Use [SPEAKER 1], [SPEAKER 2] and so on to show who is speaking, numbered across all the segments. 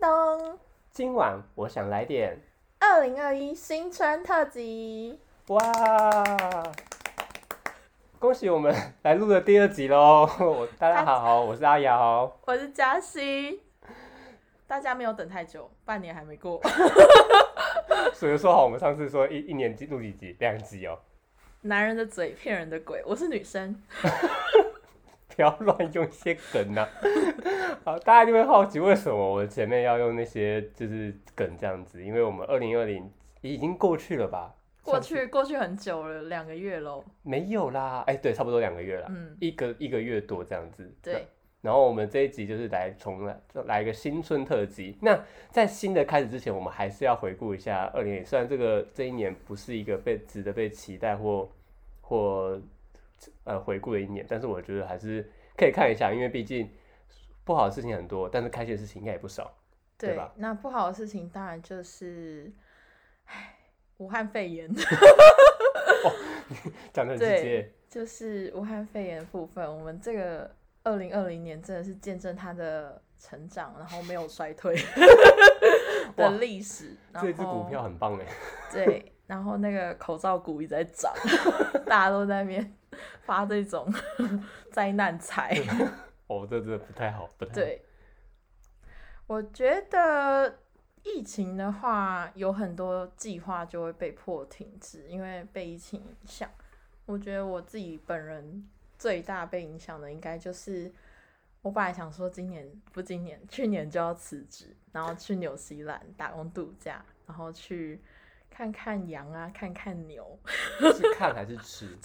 [SPEAKER 1] 咚！
[SPEAKER 2] 今晚我想来点
[SPEAKER 1] 二零二一新春特辑，
[SPEAKER 2] 哇！恭喜我们来录的第二集喽！我 大家好，我是阿瑶。
[SPEAKER 1] 我是嘉熙。大家没有等太久，半年还没 过。
[SPEAKER 2] 所以说好，我们上次说一一年几录几集，两集哦，
[SPEAKER 1] 男人的嘴骗人的鬼，我是女生。
[SPEAKER 2] 不要乱用一些梗呐、 好，大家就会好奇为什么我前面要用那些就是梗这样子，因为我们二零二零已经过去了吧？
[SPEAKER 1] 过
[SPEAKER 2] 上次
[SPEAKER 1] 去过去很久了，两个月喽。
[SPEAKER 2] 没有啦？哎、对，差不多两个月啦，
[SPEAKER 1] 嗯，
[SPEAKER 2] 一个一个月多这样子。
[SPEAKER 1] 对，
[SPEAKER 2] 然后我们这一集就是来重来就来一个新春特辑。那在新的开始之前，我们还是要回顾一下二零年。虽然这个这一年不是一个被值得被期待或或呃回顾的一年，但是我觉得还是可以看一下，因为毕竟不好的事情很多，但是开心的事情应该也不少。对
[SPEAKER 1] 对
[SPEAKER 2] 吧
[SPEAKER 1] 那不好的事情当然就是，唉，武汉肺炎，
[SPEAKER 2] 讲的很直接，
[SPEAKER 1] 就是武汉肺炎的部分，我们这个二零二零年真的是见证它的成长，然后没有衰 退的历史。然后
[SPEAKER 2] 这只股票很棒哎，
[SPEAKER 1] 对，然后那个口罩股一直在涨， 大家都在那边发这种 灾难财。
[SPEAKER 2] 哦，这真的不太好，不太好。
[SPEAKER 1] 对，我觉得疫情的话，有很多计划就会被迫停止，因为被疫情影响。我觉得我自己本人最大被影响的，应该就是我本来想说今年不今年，去年就要辞职，然后去纽西兰打工度假，然后去看看羊啊，看看牛，
[SPEAKER 2] 是看还是吃？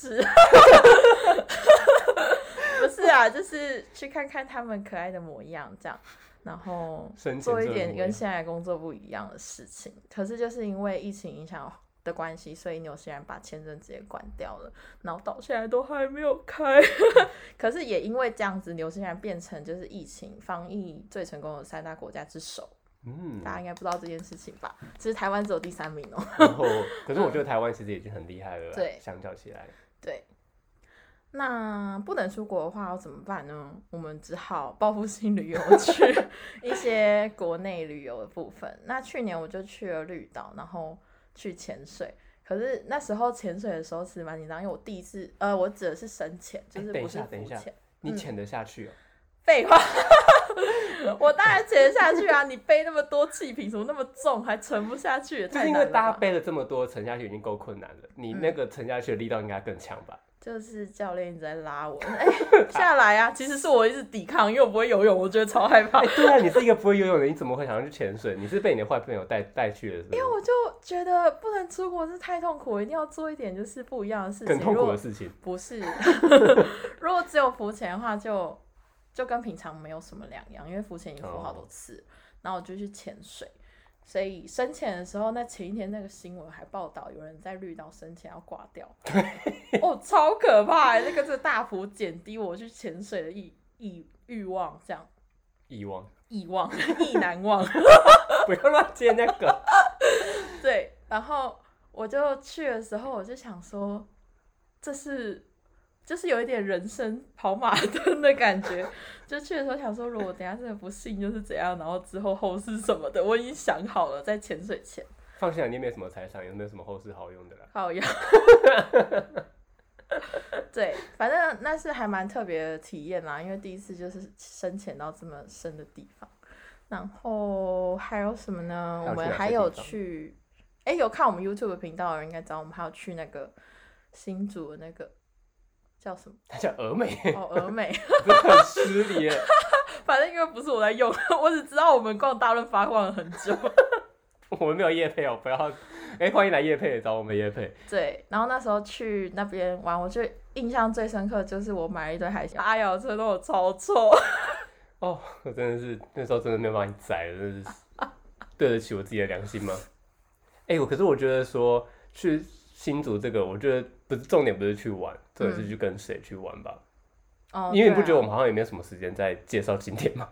[SPEAKER 1] 不是啊，就是去看看他们可爱的模样这样，然后
[SPEAKER 2] 生前
[SPEAKER 1] 做一
[SPEAKER 2] 这个
[SPEAKER 1] 点
[SPEAKER 2] 模
[SPEAKER 1] 跟
[SPEAKER 2] 样
[SPEAKER 1] 现在工作不一样的事情。可是就是因为疫情影响的关系，所以纽西兰把签证直接关掉了，然后到现在都还没有开。 可是也因为这样子，纽西兰变成就是疫情防疫最成功的三大国家之首。
[SPEAKER 2] 嗯，
[SPEAKER 1] 大家应该不知道这件事情吧？其实台湾只有第三名哦、
[SPEAKER 2] 然后可是我觉得台湾其实已经很厉害了啦，
[SPEAKER 1] 对
[SPEAKER 2] 相较起来。
[SPEAKER 1] 对。那不能出国的话要怎么办呢？我们只好报复性旅游去 一些国内旅游的部分。那去年我就去了绿岛，然后去潜水。可是那时候潜水的时候其实蛮紧张，因为我第一次，呃，我指的是深潜，就
[SPEAKER 2] 哎
[SPEAKER 1] 是
[SPEAKER 2] 等一
[SPEAKER 1] 不是
[SPEAKER 2] 下等
[SPEAKER 1] 浮
[SPEAKER 2] 一下
[SPEAKER 1] 潜。
[SPEAKER 2] 你潜得下去哦、
[SPEAKER 1] 废话， 我当然潜得下去啊！你背那么多气瓶，怎么那么重，还沉不下去？也
[SPEAKER 2] 就
[SPEAKER 1] 太
[SPEAKER 2] 是因
[SPEAKER 1] 难
[SPEAKER 2] 为
[SPEAKER 1] 了
[SPEAKER 2] 大家
[SPEAKER 1] 吧嗯
[SPEAKER 2] 背了这么多，沉下去已经够困难了，你那个沉下去的力道应该更强吧？
[SPEAKER 1] 就是教练一直在拉我， 哎、下来啊！其实是我一直抵抗，因为我不会游泳，我觉得超害怕。
[SPEAKER 2] 哎、对啊，你是一个不会游泳的，你怎么会想要去潜水？你是被你的坏朋友带带去的，是不是
[SPEAKER 1] 因为我就觉得不能出国是太痛苦，我一定要做一点就是不一样的事情。
[SPEAKER 2] 更痛
[SPEAKER 1] 如
[SPEAKER 2] 苦
[SPEAKER 1] 果
[SPEAKER 2] 的事情。
[SPEAKER 1] 不是， 如果只有浮潜的话就，就跟平常没有什么两样，因为浮潜已经浮好多次了，然后我就去潜水。所以深潜的时候，那前一天那个新闻还报道有人在绿岛深潜要挂掉，哦，超可怕欸！那个是大幅减低我去潜水的意意欲望，这样
[SPEAKER 2] 遗忘，
[SPEAKER 1] 意望 意难忘。
[SPEAKER 2] 不要乱接那个。
[SPEAKER 1] 对，然后我就去的时候，我就想说，这是就是有一点人生跑马灯的感觉。就去的时候想说，如果等一下真的不幸就是怎样，然后之后后事什么的，我已经想好了，在潜水前
[SPEAKER 2] 放心啦，啊你也没什么财产，也没有什么后世好用的啦。
[SPEAKER 1] 好 呀。对，反正那是还蛮特别的体验啦，因为第一次就是深潜到这么深的地方。然后还有什么呢？我
[SPEAKER 2] 还有去
[SPEAKER 1] 们
[SPEAKER 2] 哪些
[SPEAKER 1] 还有
[SPEAKER 2] 地方
[SPEAKER 1] 去，哎，有看我们 YouTube 频道的人应该知道，我们还有去那个新竹的那个叫 什么？
[SPEAKER 2] 它叫峨眉，
[SPEAKER 1] 哦，峨眉。
[SPEAKER 2] 真的很失礼耶。
[SPEAKER 1] 反正因为不是我在用， 我只知道我们逛大润发逛了很久。
[SPEAKER 2] 我们没有叶配哦、不要。哎、欢迎来叶配，找我们叶配。
[SPEAKER 1] 对，然后那时候去那边玩，我就印象最深刻就是我买了一堆海鲜，阿瑶真的我超臭。
[SPEAKER 2] 哦，我真的是那时候真的没有把你宰了，真的是对得起我自己的良心吗？哎、我可是我觉得说去新竹这个，我觉得不是重点，不是去玩，重点是去跟谁去玩吧。
[SPEAKER 1] 嗯哦
[SPEAKER 2] 因为你不
[SPEAKER 1] 对啊
[SPEAKER 2] 觉得我们好像也没有什么时间在介绍景点吗？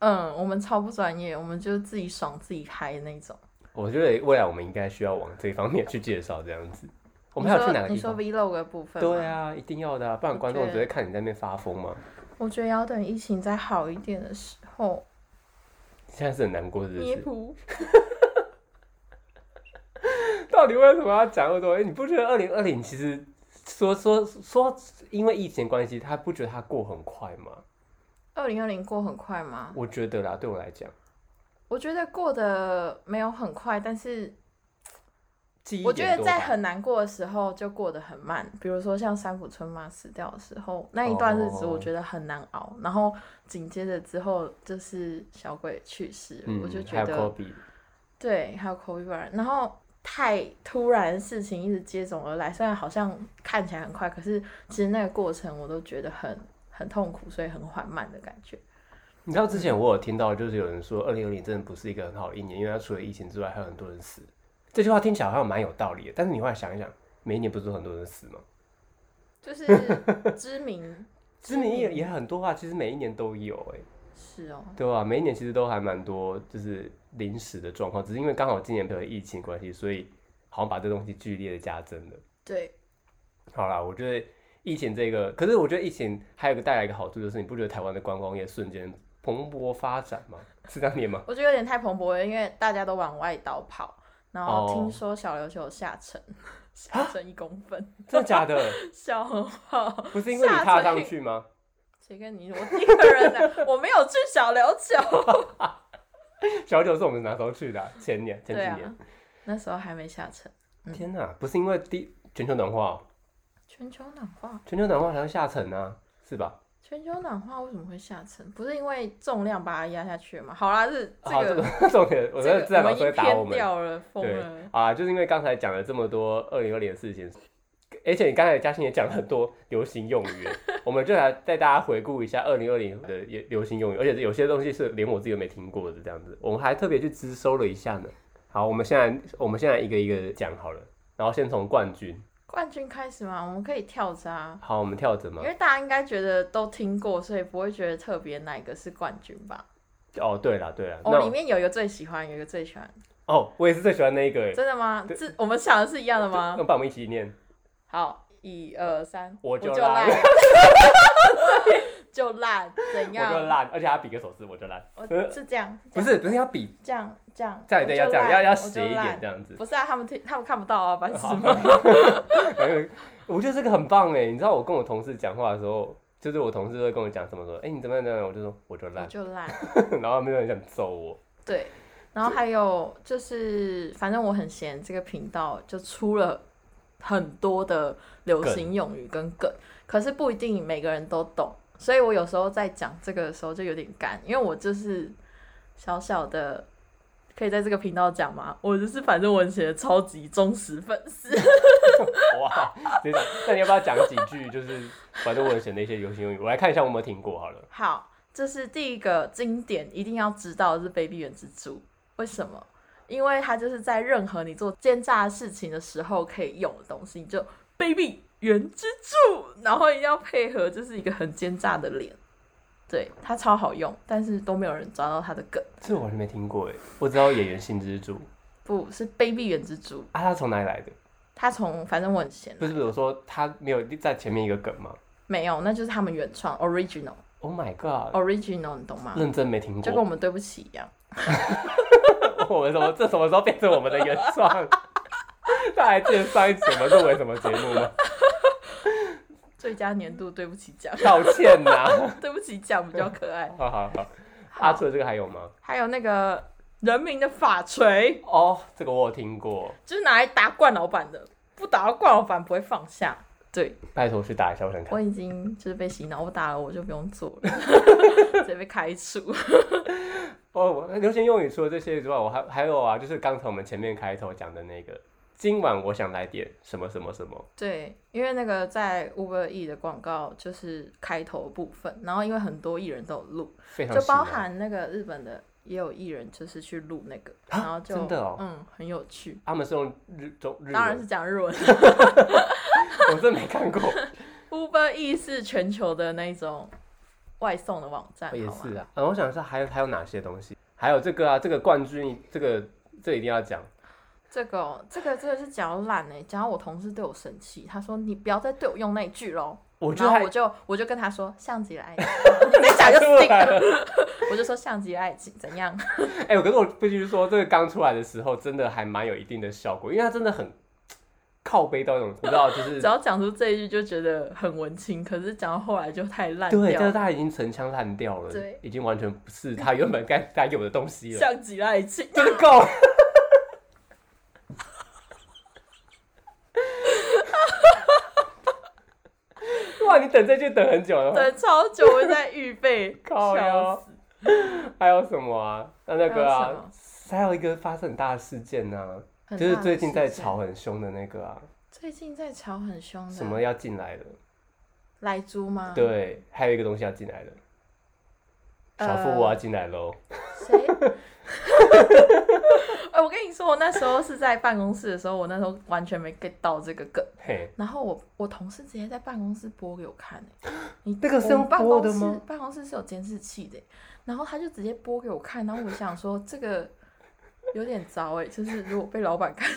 [SPEAKER 1] 嗯，我们超不专业，我们就是自己爽自己嗨的那种。
[SPEAKER 2] 我觉得未来我们应该需要往这方面去介绍，这样子。我们还有去哪个
[SPEAKER 1] 你
[SPEAKER 2] 地
[SPEAKER 1] 说
[SPEAKER 2] 方？
[SPEAKER 1] 你说 vlog 的部分？
[SPEAKER 2] 对，啊，一定要的、啊，不然观众
[SPEAKER 1] 我觉得
[SPEAKER 2] 只会看你在那边发疯嘛。
[SPEAKER 1] 我觉得要等疫情再好一点的时候，
[SPEAKER 2] 现在是很难过，是不
[SPEAKER 1] 捏
[SPEAKER 2] 是？
[SPEAKER 1] 扑，
[SPEAKER 2] 到底为什么要讲那么多？哎、你不觉得二零二零其实说说说，因为疫情的关系，他不觉得他过很快吗？
[SPEAKER 1] 二零二零过很快吗？
[SPEAKER 2] 我觉得啦，对我来讲，
[SPEAKER 1] 我觉得过得没有很快，但是
[SPEAKER 2] 记忆
[SPEAKER 1] 我觉
[SPEAKER 2] 点
[SPEAKER 1] 得
[SPEAKER 2] 多
[SPEAKER 1] 在
[SPEAKER 2] 吧
[SPEAKER 1] 很难过的时候就过得很慢，比如说像三浦春马死掉的时候，那一段日子
[SPEAKER 2] 哦
[SPEAKER 1] 我觉得很难熬。然后紧接着之后就是小鬼去世，
[SPEAKER 2] 嗯，
[SPEAKER 1] 我就觉
[SPEAKER 2] 还有
[SPEAKER 1] 得
[SPEAKER 2] Kobe
[SPEAKER 1] 对，还有 Kobe Bryant，然后太突然的事情一直接踵而来，虽然好像看起来很快，可是其实那个过程我都觉得很很痛苦，所以很缓慢的感觉。
[SPEAKER 2] 你知道之前我有听到，就是有人说二零二零真的不是一个很好的一年，因为它除了疫情之外，还有很多人死。这句话听起来好像蛮有道理的，但是你后来想一想，每一年不是都很多人死吗？
[SPEAKER 1] 就是 知名
[SPEAKER 2] 知名也也很多啊，其实每一年都有、欸，
[SPEAKER 1] 是哦，
[SPEAKER 2] 对吧、每一年其实都还蛮多，就是临时的状况，只是因为刚好今年没有疫情关系，所以好像把这东西剧烈的加增了。
[SPEAKER 1] 对，
[SPEAKER 2] 好啦，我觉得疫情这个，可是我觉得疫情还有一个带来一个好处，就是你不觉得台湾的观光业瞬间蓬勃发展吗？是这样念吗？
[SPEAKER 1] 我觉得有点太蓬勃了，因为大家都往外岛跑。然后
[SPEAKER 2] 哦啊
[SPEAKER 1] 听说小琉球有下沉， 下沉一公分，
[SPEAKER 2] 真的假的？
[SPEAKER 1] 笑话。
[SPEAKER 2] 不是因为你踏上去吗？
[SPEAKER 1] 谁跟你我一个人的，啊我没有去小琉球。
[SPEAKER 2] 小九是我们哪时候去的啊、前年、 前几
[SPEAKER 1] 对啊
[SPEAKER 2] 年。，
[SPEAKER 1] 那时候还没下沉。嗯
[SPEAKER 2] 天哪，不是因为地全球暖化哦、
[SPEAKER 1] 全球暖化，
[SPEAKER 2] 全球暖化才会下沉啊，是吧？
[SPEAKER 1] 全球暖化为什么会下沉？不是因为重量把它压下去吗？好啦，是这
[SPEAKER 2] 好，哦这
[SPEAKER 1] 个、
[SPEAKER 2] 个 重点，我觉
[SPEAKER 1] 这
[SPEAKER 2] 得
[SPEAKER 1] 个
[SPEAKER 2] 自然
[SPEAKER 1] 我们
[SPEAKER 2] 老
[SPEAKER 1] 已
[SPEAKER 2] 师会
[SPEAKER 1] 经
[SPEAKER 2] 打我
[SPEAKER 1] 偏
[SPEAKER 2] 们。
[SPEAKER 1] 掉了，疯
[SPEAKER 2] 对
[SPEAKER 1] 了。
[SPEAKER 2] 啊，就是因为刚才讲了这么多二零二零的事情，而且你刚才嘉欣也讲了很多流行用语， 我们就来带大家回顾一下二零二零的也流行用语，而且有些东西是连我自己都没听过的这样子，我们还特别去资收了一下呢。好，我们现在我们现在一个一个讲好了，然后先从冠军，
[SPEAKER 1] 冠军开始嘛，我们可以跳着啊，
[SPEAKER 2] 好，我们跳着吗
[SPEAKER 1] 因？为大家应该觉得都听过，所以不会觉得特别哪一个是冠军吧？
[SPEAKER 2] 哦，对了对了，
[SPEAKER 1] 哦，
[SPEAKER 2] 那
[SPEAKER 1] 里面有一个最喜欢，有一个最喜欢，
[SPEAKER 2] 哦，我也是最喜欢那一个耶，
[SPEAKER 1] 真的吗？
[SPEAKER 2] 对
[SPEAKER 1] 这我们想的是一样的吗
[SPEAKER 2] 那？帮我们一起念，
[SPEAKER 1] 好，一二三，
[SPEAKER 2] 我就
[SPEAKER 1] 就
[SPEAKER 2] 烂，
[SPEAKER 1] 就烂，怎
[SPEAKER 2] 我就
[SPEAKER 1] 样？
[SPEAKER 2] 烂，而且他比个手势，我就烂，
[SPEAKER 1] 我
[SPEAKER 2] 呃
[SPEAKER 1] 是这样，
[SPEAKER 2] 不是不是要比，
[SPEAKER 1] 这样这样，
[SPEAKER 2] 这样对，要这样，要要斜一点这
[SPEAKER 1] 的。
[SPEAKER 2] 样子。
[SPEAKER 1] 不是啊，他们听他们看不到啊，白痴
[SPEAKER 2] 好
[SPEAKER 1] 吗？
[SPEAKER 2] 我觉得这个很棒哎，你知道我跟我同事讲话的时候，就是我同事会跟我讲什么说，哎，你怎么样怎么样，我就说我就
[SPEAKER 1] 我
[SPEAKER 2] 烂，
[SPEAKER 1] 就烂，
[SPEAKER 2] 然后没有人想揍我。
[SPEAKER 1] 对。然后还有就是，反正我很闲，这个频道就出了很多的流行用语跟梗，可是不一定每个人都懂，所以我有时候在讲这个的时候就有点干，因为我就是小小的，可以在这个频道讲吗？我就是反正我很闲的超级忠实粉丝，
[SPEAKER 2] 哇，这种，那你要不要讲几句？就是反正我很选的一些流行用语，我来看一下我有没有听过好了。
[SPEAKER 1] 好，这是第一个经典，一定要知道的是卑鄙原之助。为什么？因为它就是在任何你做奸诈的事情的时候可以用的东西，你就卑鄙原之助，然后一定要配合，就是一个很奸诈的脸。对，它超好用，但是都没有人抓到它的梗。
[SPEAKER 2] 这我完全没听过哎，我知道演员信之助
[SPEAKER 1] 不是卑鄙原之助，
[SPEAKER 2] 啊，他从哪里来的？
[SPEAKER 1] 它从反正我很闲，
[SPEAKER 2] 不是不是，我说他没有在前面一个梗吗
[SPEAKER 1] 没有，那就是他们原创 original
[SPEAKER 2] ？Oh my god，
[SPEAKER 1] original，你懂吗？
[SPEAKER 2] 认真没听
[SPEAKER 1] 就跟我
[SPEAKER 2] 过。
[SPEAKER 1] 们对不起一样。
[SPEAKER 2] 我们什么这什么时候变成我们的原创？ 他还记得上一集我们录为什么节目吗？
[SPEAKER 1] 最佳年度对不起奖，
[SPEAKER 2] 道歉呐、
[SPEAKER 1] 对不起奖比较可爱。
[SPEAKER 2] 好好好，
[SPEAKER 1] 好
[SPEAKER 2] 啊，除了这个还有吗？
[SPEAKER 1] 还有那个人民的法锤，
[SPEAKER 2] 哦，这个我有听过，
[SPEAKER 1] 就是拿来打冠老板的，不打到冠老板不会放下。对
[SPEAKER 2] 拜托去打一下，我想看
[SPEAKER 1] 我。已经就是被洗脑，我打了我就不用做了， 直接被开除。
[SPEAKER 2] 哦，我流行用语除了这些之外，我还还有啊，就是刚才我们前面开头讲的那个，今晚我想来点什么什么什么。
[SPEAKER 1] 对，因为那个在 Uber E 的广告就是开头的部分，然后因为很多艺人都有录，
[SPEAKER 2] 非常
[SPEAKER 1] 就
[SPEAKER 2] 喜欢
[SPEAKER 1] 包含那个日本的也有艺人就是去录那个，然后就
[SPEAKER 2] 真的哦
[SPEAKER 1] 嗯很有趣，
[SPEAKER 2] 他们是用日中日
[SPEAKER 1] 当然是
[SPEAKER 2] 文，
[SPEAKER 1] 讲日文。
[SPEAKER 2] 我真没看过，
[SPEAKER 1] Uber E 是全球的那种外送的网站，
[SPEAKER 2] 也
[SPEAKER 1] 好吗
[SPEAKER 2] 是 啊。然后我想一下，还有还有哪些东西？还有这个啊，这个冠军，这个这一定要讲。
[SPEAKER 1] 这个欸哦、这个真的是讲到烂哎、讲到我同事对我生气，他说你不要再对我用那一句喽。
[SPEAKER 2] 我觉
[SPEAKER 1] 然后
[SPEAKER 2] 得还
[SPEAKER 1] 我就我就跟他说像极了爱情， 那讲就定了，我就说像极了爱情怎样？
[SPEAKER 2] 哎、我可是我必须说，这个刚出来的时候，真的还蛮有一定的效果，因为它真的很靠背到一种，你知道，就是
[SPEAKER 1] 只要讲出这一句就觉得很文青，可是讲到后来就太烂
[SPEAKER 2] 对，
[SPEAKER 1] 掉
[SPEAKER 2] 但
[SPEAKER 1] 了，
[SPEAKER 2] 是它已经陈腔滥调了，
[SPEAKER 1] 对
[SPEAKER 2] 已经完全不是它原本该该有的东西了，
[SPEAKER 1] 像极了爱 情。
[SPEAKER 2] 真的够了。哇，你等这句等很久了，
[SPEAKER 1] 等超久，我在预备，
[SPEAKER 2] 靠
[SPEAKER 1] 笑
[SPEAKER 2] 腰
[SPEAKER 1] 死。
[SPEAKER 2] 还有什么啊？那那个
[SPEAKER 1] 还有什
[SPEAKER 2] 啊
[SPEAKER 1] 么，
[SPEAKER 2] 还有一个发生很大的事件呢、
[SPEAKER 1] 很
[SPEAKER 2] 就是
[SPEAKER 1] 大的
[SPEAKER 2] 最近在
[SPEAKER 1] 事件
[SPEAKER 2] 吵，很凶的那个啊，
[SPEAKER 1] 最近在吵很凶的嗯
[SPEAKER 2] 什么要进来了。
[SPEAKER 1] 来猪吗？，
[SPEAKER 2] 对，还有一个东西要进来了，小
[SPEAKER 1] 呃
[SPEAKER 2] 富我要进来喽。
[SPEAKER 1] 谁？哎，我跟你说，我那时候是在办公室的时候，我那时候完全没 get 到这个梗。
[SPEAKER 2] 嘿，
[SPEAKER 1] 然后我我同事直接在办公室播给我看、 欸，你
[SPEAKER 2] 那个是
[SPEAKER 1] 我们
[SPEAKER 2] 用
[SPEAKER 1] 办
[SPEAKER 2] 播
[SPEAKER 1] 公
[SPEAKER 2] 的
[SPEAKER 1] 室
[SPEAKER 2] 吗
[SPEAKER 1] 办公室是有监视器的欸、然后他就直接播给我看，然后我想说这个有点糟哎、就是如果被老板看，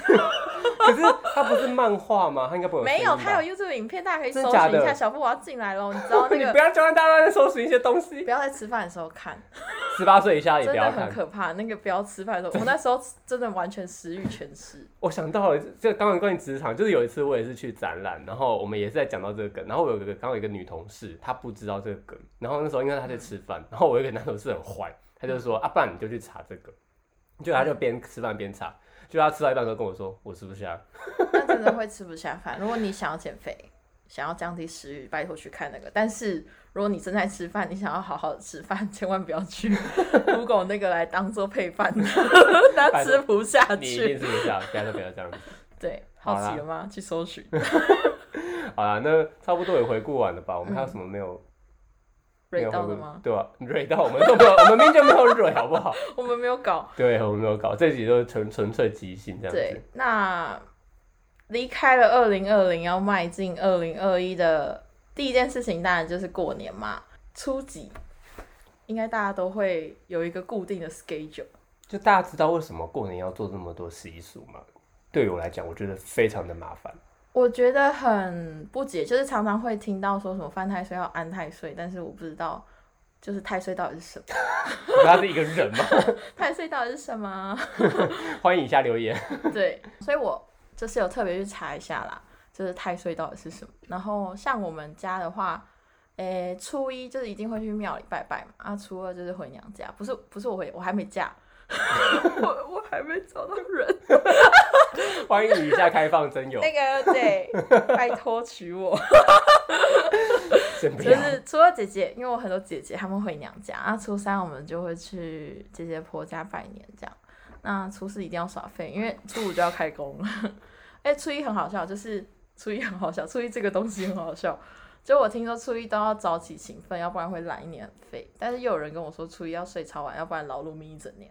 [SPEAKER 2] 可是它不是漫画吗？它应该不会
[SPEAKER 1] 没有，他
[SPEAKER 2] 有
[SPEAKER 1] 有 YouTube 影片，大家可以
[SPEAKER 2] 真
[SPEAKER 1] 搜
[SPEAKER 2] 假
[SPEAKER 1] 寻一下。
[SPEAKER 2] 的
[SPEAKER 1] 小布我要进来喽，你知道
[SPEAKER 2] 声音吧。
[SPEAKER 1] 那
[SPEAKER 2] 你
[SPEAKER 1] 个
[SPEAKER 2] 不要教让大家在搜寻一些东西
[SPEAKER 1] 不。要在吃饭的时候看，
[SPEAKER 2] 十八岁以下也
[SPEAKER 1] 真
[SPEAKER 2] 不
[SPEAKER 1] 的
[SPEAKER 2] 要
[SPEAKER 1] 很
[SPEAKER 2] 看。
[SPEAKER 1] 可怕。那个不要吃饭的时候，我那时候真的完全食欲全失。
[SPEAKER 2] 我想到了，这当然关于职场，就是有一次我也是去展览，然后我们也是在讲到这个梗，然后我有一个刚好有一个女同事，她不知道这个梗，然后那时候因为她在吃饭，然后我有一个男同事很坏，他就说啊，不然你就去查这个，就他就边吃饭边查，就他吃到一半的时候跟我说，我吃不下，
[SPEAKER 1] 那真的会吃不下饭。如果你想要减肥，想要降低食欲，拜托去看那个。但是如果你正在吃饭，你想要好好的吃饭， 千万不要 去 Google 那个来当做配饭，那吃不下
[SPEAKER 2] 你一定
[SPEAKER 1] 去。
[SPEAKER 2] 吃不下，不要不要这样子。
[SPEAKER 1] 对，
[SPEAKER 2] 好
[SPEAKER 1] 好
[SPEAKER 2] 啦
[SPEAKER 1] 奇了吗？去搜 寻
[SPEAKER 2] 好啦，那差不多也回顾完了吧？我们还有什么没有、没
[SPEAKER 1] 嗯蕊
[SPEAKER 2] 有回
[SPEAKER 1] 到
[SPEAKER 2] 顾
[SPEAKER 1] 的吗？
[SPEAKER 2] 对吧、蕊到我们都没有，我 们明明就没有蕊，好不好？
[SPEAKER 1] 我们没有搞。
[SPEAKER 2] 对，我们没有搞，这集就是纯纯粹即兴这样
[SPEAKER 1] 对
[SPEAKER 2] 子。，
[SPEAKER 1] 那离开了二零二零，要迈进二零二一的第一件事情，当然就是过年嘛。初几，应该大家都会有一个固定的 schedule。
[SPEAKER 2] 就大家知道为什么过年要做这么多习俗吗？对我来讲，我觉得非常的麻烦。
[SPEAKER 1] 我觉得很不解，就是常常会听到说什么犯太岁要安太岁，但是我不知道就是太岁到底是什么，
[SPEAKER 2] 他是一个人嘛，
[SPEAKER 1] 太岁到底是什么？
[SPEAKER 2] 欢迎以下留言。
[SPEAKER 1] 对，所以我就是有特别去查一下啦，就是太岁到底是什么。然后像我们家的话，诶，初一就是一定会去庙里拜拜嘛，啊，初二就是回娘家，不是不是我回，我还没嫁， 我我还没找到人，
[SPEAKER 2] 欢迎以下开放真友，
[SPEAKER 1] 那个对，拜托娶我。
[SPEAKER 2] 先不
[SPEAKER 1] 就
[SPEAKER 2] 要。
[SPEAKER 1] 是除了姐姐，因为我很多姐姐她们回娘家，啊，初三我们就会去姐姐婆家拜年这样。那初四一定要耍废，因为初五就要开工了。 哎、初一很好笑，就是初一很好笑，初一这个东西很好笑。就我听说初一都要早起勤奋，要不然会懒一年很废。但是又有人跟我说初一要睡超晚，要不然劳碌命一整年。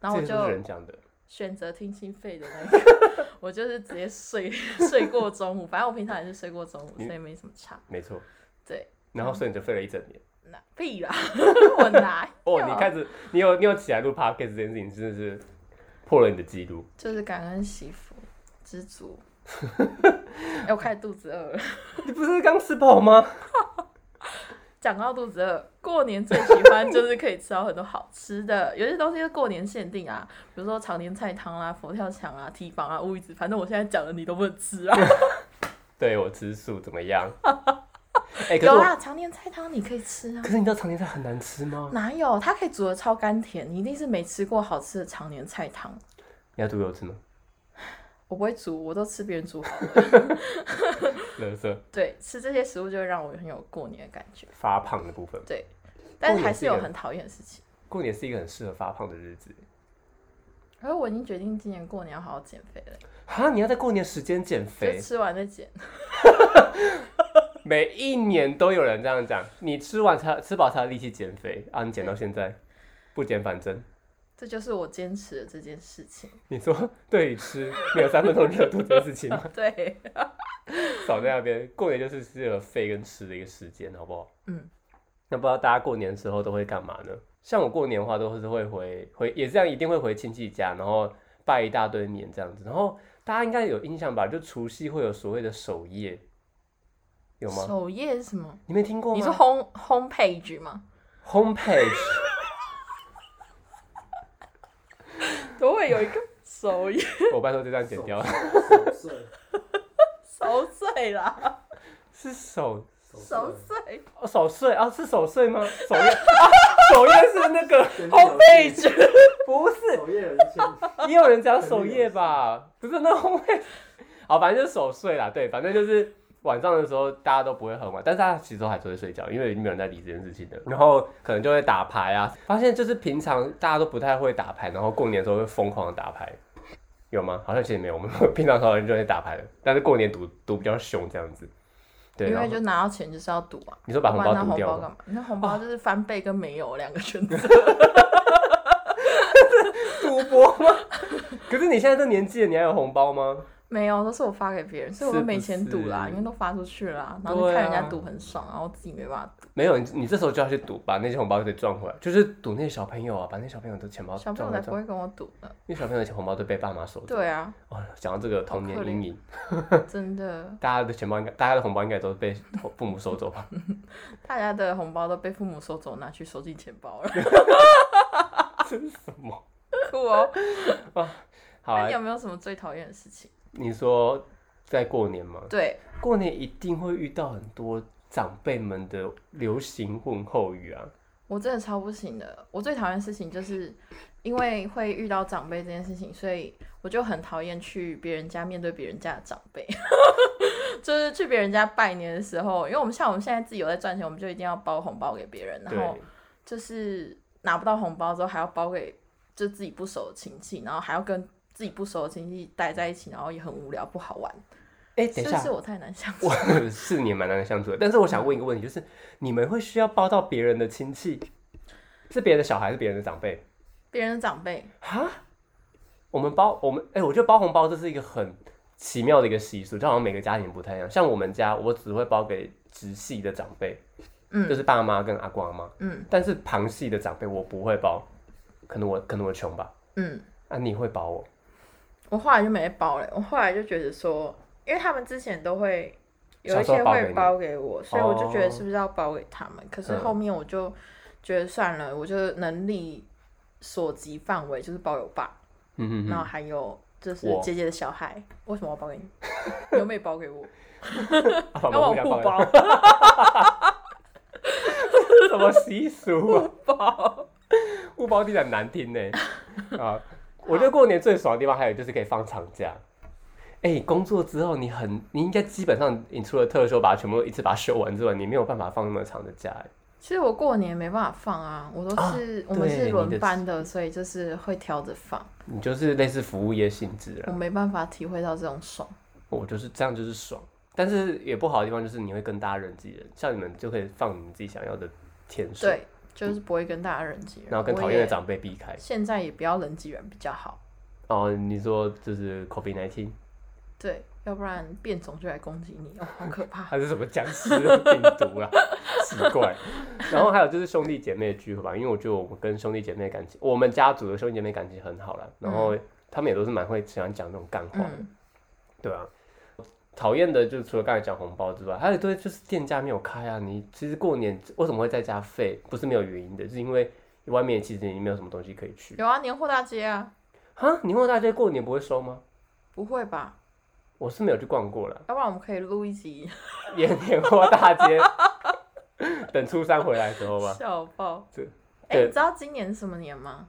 [SPEAKER 1] 然后我
[SPEAKER 2] 这就是
[SPEAKER 1] 就
[SPEAKER 2] 人讲的，
[SPEAKER 1] 选择听心肺的那个， 我就是直接睡 睡过中午。反正我平常也是睡过中午，
[SPEAKER 2] 嗯
[SPEAKER 1] 所以没什么差。
[SPEAKER 2] 没错。
[SPEAKER 1] 对，
[SPEAKER 2] 然后所以你就废了一整年。
[SPEAKER 1] 哪屁啦， 我哪有
[SPEAKER 2] 哦，你开始，你有你有起来录 podcast 这件事情，真的是破了你的记录。
[SPEAKER 1] 就是感恩惜福，知足。哎、我开始肚子饿了。
[SPEAKER 2] 你不是刚吃饱吗？
[SPEAKER 1] 讲到肚子饿，过年最喜欢就是可以吃到很多好吃的，有些东西是过年限定啊，比如说常年菜汤啦、佛跳墙啊、蹄膀啊、乌鱼子，反正我现在讲的你都不能吃 啊。
[SPEAKER 2] 对我吃素怎么 样？哎、可是
[SPEAKER 1] 有
[SPEAKER 2] 我，
[SPEAKER 1] 啦，常年菜汤你可以吃啊
[SPEAKER 2] 可。是你知道常年菜很难吃吗？
[SPEAKER 1] 哪有？它可以煮的超甘甜，你一定是没吃过好吃的常年菜汤。
[SPEAKER 2] 你要煮给我吃吗？
[SPEAKER 1] 我不会煮，我都吃别人煮好的。
[SPEAKER 2] 垃圾
[SPEAKER 1] 对，吃这些食物就会让我很有过年的感觉。
[SPEAKER 2] 发胖的部分，
[SPEAKER 1] 对，但
[SPEAKER 2] 过
[SPEAKER 1] 是
[SPEAKER 2] 年
[SPEAKER 1] 还
[SPEAKER 2] 是
[SPEAKER 1] 是
[SPEAKER 2] 一
[SPEAKER 1] 有
[SPEAKER 2] 个
[SPEAKER 1] 很讨厌的事情。
[SPEAKER 2] 过年是一个很适合发胖的日子。
[SPEAKER 1] 可哎是我已经决定今年过年要好好减肥 了，
[SPEAKER 2] 哈，你要在过年时间减肥
[SPEAKER 1] 就？吃完再减。
[SPEAKER 2] 每一年都有人这样讲，你吃完才吃饱才有力气减肥啊！你减到现在，不减反增。
[SPEAKER 1] 这就是我坚持的这件事 情。
[SPEAKER 2] 你说对于吃没有三分钟热度这件事情吗，
[SPEAKER 1] 对，
[SPEAKER 2] 少在那边。过年就是适合肥跟吃的一个时间，好不好？
[SPEAKER 1] 嗯。
[SPEAKER 2] 那不知道大家过年的时候都会干嘛呢？像我过年的话，都是会回回，也是这样，一定会回亲戚家，然后拜一大堆年这样子。然后大家应该有印象吧？就除夕会有所谓的守夜，有吗？
[SPEAKER 1] 首页是什么？
[SPEAKER 2] 你没听过
[SPEAKER 1] 你说
[SPEAKER 2] 吗
[SPEAKER 1] home home page 吗？
[SPEAKER 2] ？Homepage
[SPEAKER 1] 都会有一个首 页，
[SPEAKER 2] 我拜托这段剪掉，
[SPEAKER 3] 手碎，
[SPEAKER 1] 手碎 啦，
[SPEAKER 2] 是手
[SPEAKER 1] 手碎
[SPEAKER 2] 哦手碎啊？是手碎吗？手页 啊，手页是那个
[SPEAKER 3] 手
[SPEAKER 1] home page
[SPEAKER 2] 不是？
[SPEAKER 3] 首页有人签，
[SPEAKER 2] 也有人讲首页吧？不是那后面，好，反正就是守岁啦。对，反正就是晚上的时候大家都不会很晚，但是大家其实都还是会睡觉，因为没有人在理这件事情的。然后可能就会打牌啊，发现就是平常大家都不太会打牌，然后过年的时候会疯狂的打牌，有吗？好像其实没有，我们平常好像就会打牌的，但是过年赌赌比较凶这样子。对，
[SPEAKER 1] 因
[SPEAKER 2] 然
[SPEAKER 1] 为
[SPEAKER 2] 后
[SPEAKER 1] 就拿到钱就是要赌啊，
[SPEAKER 2] 你说把
[SPEAKER 1] 不
[SPEAKER 2] 红
[SPEAKER 1] 然
[SPEAKER 2] 包
[SPEAKER 1] 拿
[SPEAKER 2] 赌
[SPEAKER 1] 红
[SPEAKER 2] 掉哦
[SPEAKER 1] 包
[SPEAKER 2] 吗？
[SPEAKER 1] 干嘛？那红包就是翻倍跟没有两个选 择。
[SPEAKER 2] 赌博吗？ 可是你现在这年纪了，你还有红包吗？
[SPEAKER 1] 没有，都是我发给别人，所以我都
[SPEAKER 2] 是不
[SPEAKER 1] 没钱赌啦，
[SPEAKER 2] 是
[SPEAKER 1] 因为都发出去了啊，然后就
[SPEAKER 2] 对
[SPEAKER 1] 看
[SPEAKER 2] 啊
[SPEAKER 1] 人家赌很爽，然后自己没办法
[SPEAKER 2] 没有，你你这时候就要去赌，把那些红包给赚回来，就是赌那些小朋友啊，把那些小朋友的钱包
[SPEAKER 1] 赌。小
[SPEAKER 2] 赚
[SPEAKER 1] 朋友才
[SPEAKER 2] 回来
[SPEAKER 1] 不
[SPEAKER 2] 赚，
[SPEAKER 1] 会跟我赌呢。
[SPEAKER 2] 因为小朋友的钱红包都被爸妈收走。
[SPEAKER 1] 对 啊，
[SPEAKER 2] 哦，讲到这个童年
[SPEAKER 1] 好可怜
[SPEAKER 2] 阴影，
[SPEAKER 1] 真的，
[SPEAKER 2] 大家的钱包应该，大家的红包应该都被父母收走吧？
[SPEAKER 1] 大家的红包都被父母收走，拿去收进钱包了，
[SPEAKER 2] 什么？
[SPEAKER 1] 酷哦。
[SPEAKER 2] 好
[SPEAKER 1] 那
[SPEAKER 2] 啊
[SPEAKER 1] 你，有没有什么最讨厌的事情？
[SPEAKER 2] 你说在过年吗？
[SPEAKER 1] 对，
[SPEAKER 2] 过年一定会遇到很多长辈们的流行问候语啊。
[SPEAKER 1] 我真的超不行的。我最讨厌的事情就是，因为会遇到长辈这件事情，所以我就很讨厌去别人家面对别人家的长辈。 就是去别人家拜年的时候，因为我们像我们现在自己有在赚钱，我们就一定要包红包给别人，然后
[SPEAKER 2] 对，
[SPEAKER 1] 就是拿不到红包之后还要包给就自己不熟的亲戚，然后还要跟自己不熟的亲戚待在一起，然后也很无聊，不好玩。
[SPEAKER 2] 哎，
[SPEAKER 1] 是
[SPEAKER 2] 等一
[SPEAKER 1] 不
[SPEAKER 2] 下
[SPEAKER 1] 是，我太难相处？
[SPEAKER 2] 我是你蛮难相处的，但是我想问一个问题，就是你们会需要抱到别人的亲戚，是别人的小孩，是别人的长辈？
[SPEAKER 1] 别人的长辈，
[SPEAKER 2] 哈，我们包我们哎、我觉得包红包这是一个很奇妙的一个习俗，就好像每个家庭不太一样。像我们家，我只会包给直系的长辈，就
[SPEAKER 1] 嗯
[SPEAKER 2] 是爸妈跟阿公阿妈，
[SPEAKER 1] 嗯
[SPEAKER 2] 但是旁系的长辈我不会包，可能我可能我穷吧。
[SPEAKER 1] 嗯，
[SPEAKER 2] 啊，你会包我？
[SPEAKER 1] 我后来就没包了。我后来就觉得说，因为他们之前都会有一
[SPEAKER 2] 小时
[SPEAKER 1] 些
[SPEAKER 2] 候包给
[SPEAKER 1] 会
[SPEAKER 2] 你
[SPEAKER 1] 包给我，所以我就觉
[SPEAKER 2] 哦
[SPEAKER 1] 得是不是要包给他们？可是
[SPEAKER 2] 嗯
[SPEAKER 1] 后面我就觉得算了，我就能力所及范围就是包给我爸，
[SPEAKER 2] 嗯
[SPEAKER 1] 然后
[SPEAKER 2] 嗯
[SPEAKER 1] 还有就是
[SPEAKER 2] 我
[SPEAKER 1] 姐姐的小孩，为什么要包给 你？你又没包给我，
[SPEAKER 2] 嗯，啊
[SPEAKER 1] 要
[SPEAKER 2] 我
[SPEAKER 1] 我
[SPEAKER 2] 们
[SPEAKER 1] 互
[SPEAKER 2] 互包，
[SPEAKER 1] 包
[SPEAKER 2] 什么习俗啊？
[SPEAKER 1] 包。
[SPEAKER 2] 互包听起来很难听呢。 啊，我觉得过年最爽的地方还有就是可以放长假。哎、工作之后你很，你应该基本上你除了特休把它全部一次把它休完之外，你没有办法放那么长的假。哎
[SPEAKER 1] 其实我过年没办法放啊，我都是、我们
[SPEAKER 2] 对
[SPEAKER 1] 是
[SPEAKER 2] 你
[SPEAKER 1] 轮
[SPEAKER 2] 的
[SPEAKER 1] 班的，所以就是会挑着放，
[SPEAKER 2] 你就是类似服务业性质
[SPEAKER 1] 我
[SPEAKER 2] 了。
[SPEAKER 1] 没办法体会到这种爽。
[SPEAKER 2] 我就是这样，就是爽。但是也不好的地方就是你会跟大家人挤人，像你们就可以放你们自己想要的天水，
[SPEAKER 1] 对，就是不会跟大家人挤人，
[SPEAKER 2] 然后跟
[SPEAKER 1] 我
[SPEAKER 2] 讨厌的
[SPEAKER 1] 也
[SPEAKER 2] 长辈避开。
[SPEAKER 1] 现在也不要人挤人比较好，
[SPEAKER 2] 哦，你说就是 COVID 1 9
[SPEAKER 1] 对，要不然变种就来攻击你，哦，好可 怕。
[SPEAKER 2] 还是什么僵尸病毒啦， 奇怪。然后还有就是兄弟姐妹的聚会吧，因为我觉得我们跟兄弟姐妹感情，我们家族的兄弟姐妹感情很好啦。然后他们也都是蛮会喜欢讲那种干话的，
[SPEAKER 1] 嗯，
[SPEAKER 2] 对啊。讨厌的就是除了刚才讲红包之外，还有一堆就是店家没有开啊。你其实过年为什么会在家废，不是没有原因的，是因为外面其实你没有什么东西可以去
[SPEAKER 1] 有啊，年货大街啊，
[SPEAKER 2] 哈，你问大家过年不会收吗？
[SPEAKER 1] 不会吧？
[SPEAKER 2] 我是没有去逛过了，
[SPEAKER 1] 要不然我们可以录一集，
[SPEAKER 2] 也年货大街， 等初三回来的时候吧。
[SPEAKER 1] 笑爆
[SPEAKER 2] 对。
[SPEAKER 1] 哎、
[SPEAKER 2] 对
[SPEAKER 1] 你知道今年是什么年吗？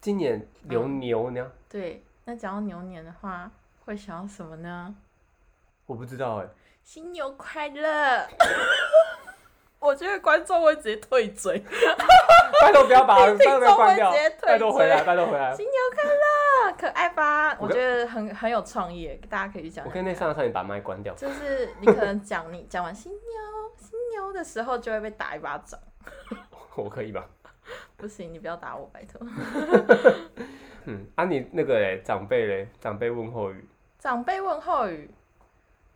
[SPEAKER 2] 今年流
[SPEAKER 1] 嗯
[SPEAKER 2] 牛呢？
[SPEAKER 1] 对，那讲到牛年的话，会想到什么呢？
[SPEAKER 2] 我不知道哎、
[SPEAKER 1] 新牛快乐！我觉得观众会直接退嘴，
[SPEAKER 2] 拜托不要把
[SPEAKER 1] 听众
[SPEAKER 2] 拜托关掉
[SPEAKER 1] 会直接，退
[SPEAKER 2] 拜托回来，
[SPEAKER 1] 追
[SPEAKER 2] 拜托 回 来。
[SPEAKER 1] 新牛快乐，可爱吧？
[SPEAKER 2] 我
[SPEAKER 1] 我
[SPEAKER 2] 跟
[SPEAKER 1] 觉得很很有创意耶，大家可以去讲
[SPEAKER 2] 我
[SPEAKER 1] 讲。
[SPEAKER 2] 跟那上差点把麦关掉，
[SPEAKER 1] 就是你可能讲你讲完犀牛犀牛的时候，就会被打一巴掌。
[SPEAKER 2] 我可以吧？
[SPEAKER 1] 不行，你不要打我，拜托。
[SPEAKER 2] 嗯，啊你那个嘞，长辈嘞，长辈问候语，
[SPEAKER 1] 长辈问候语，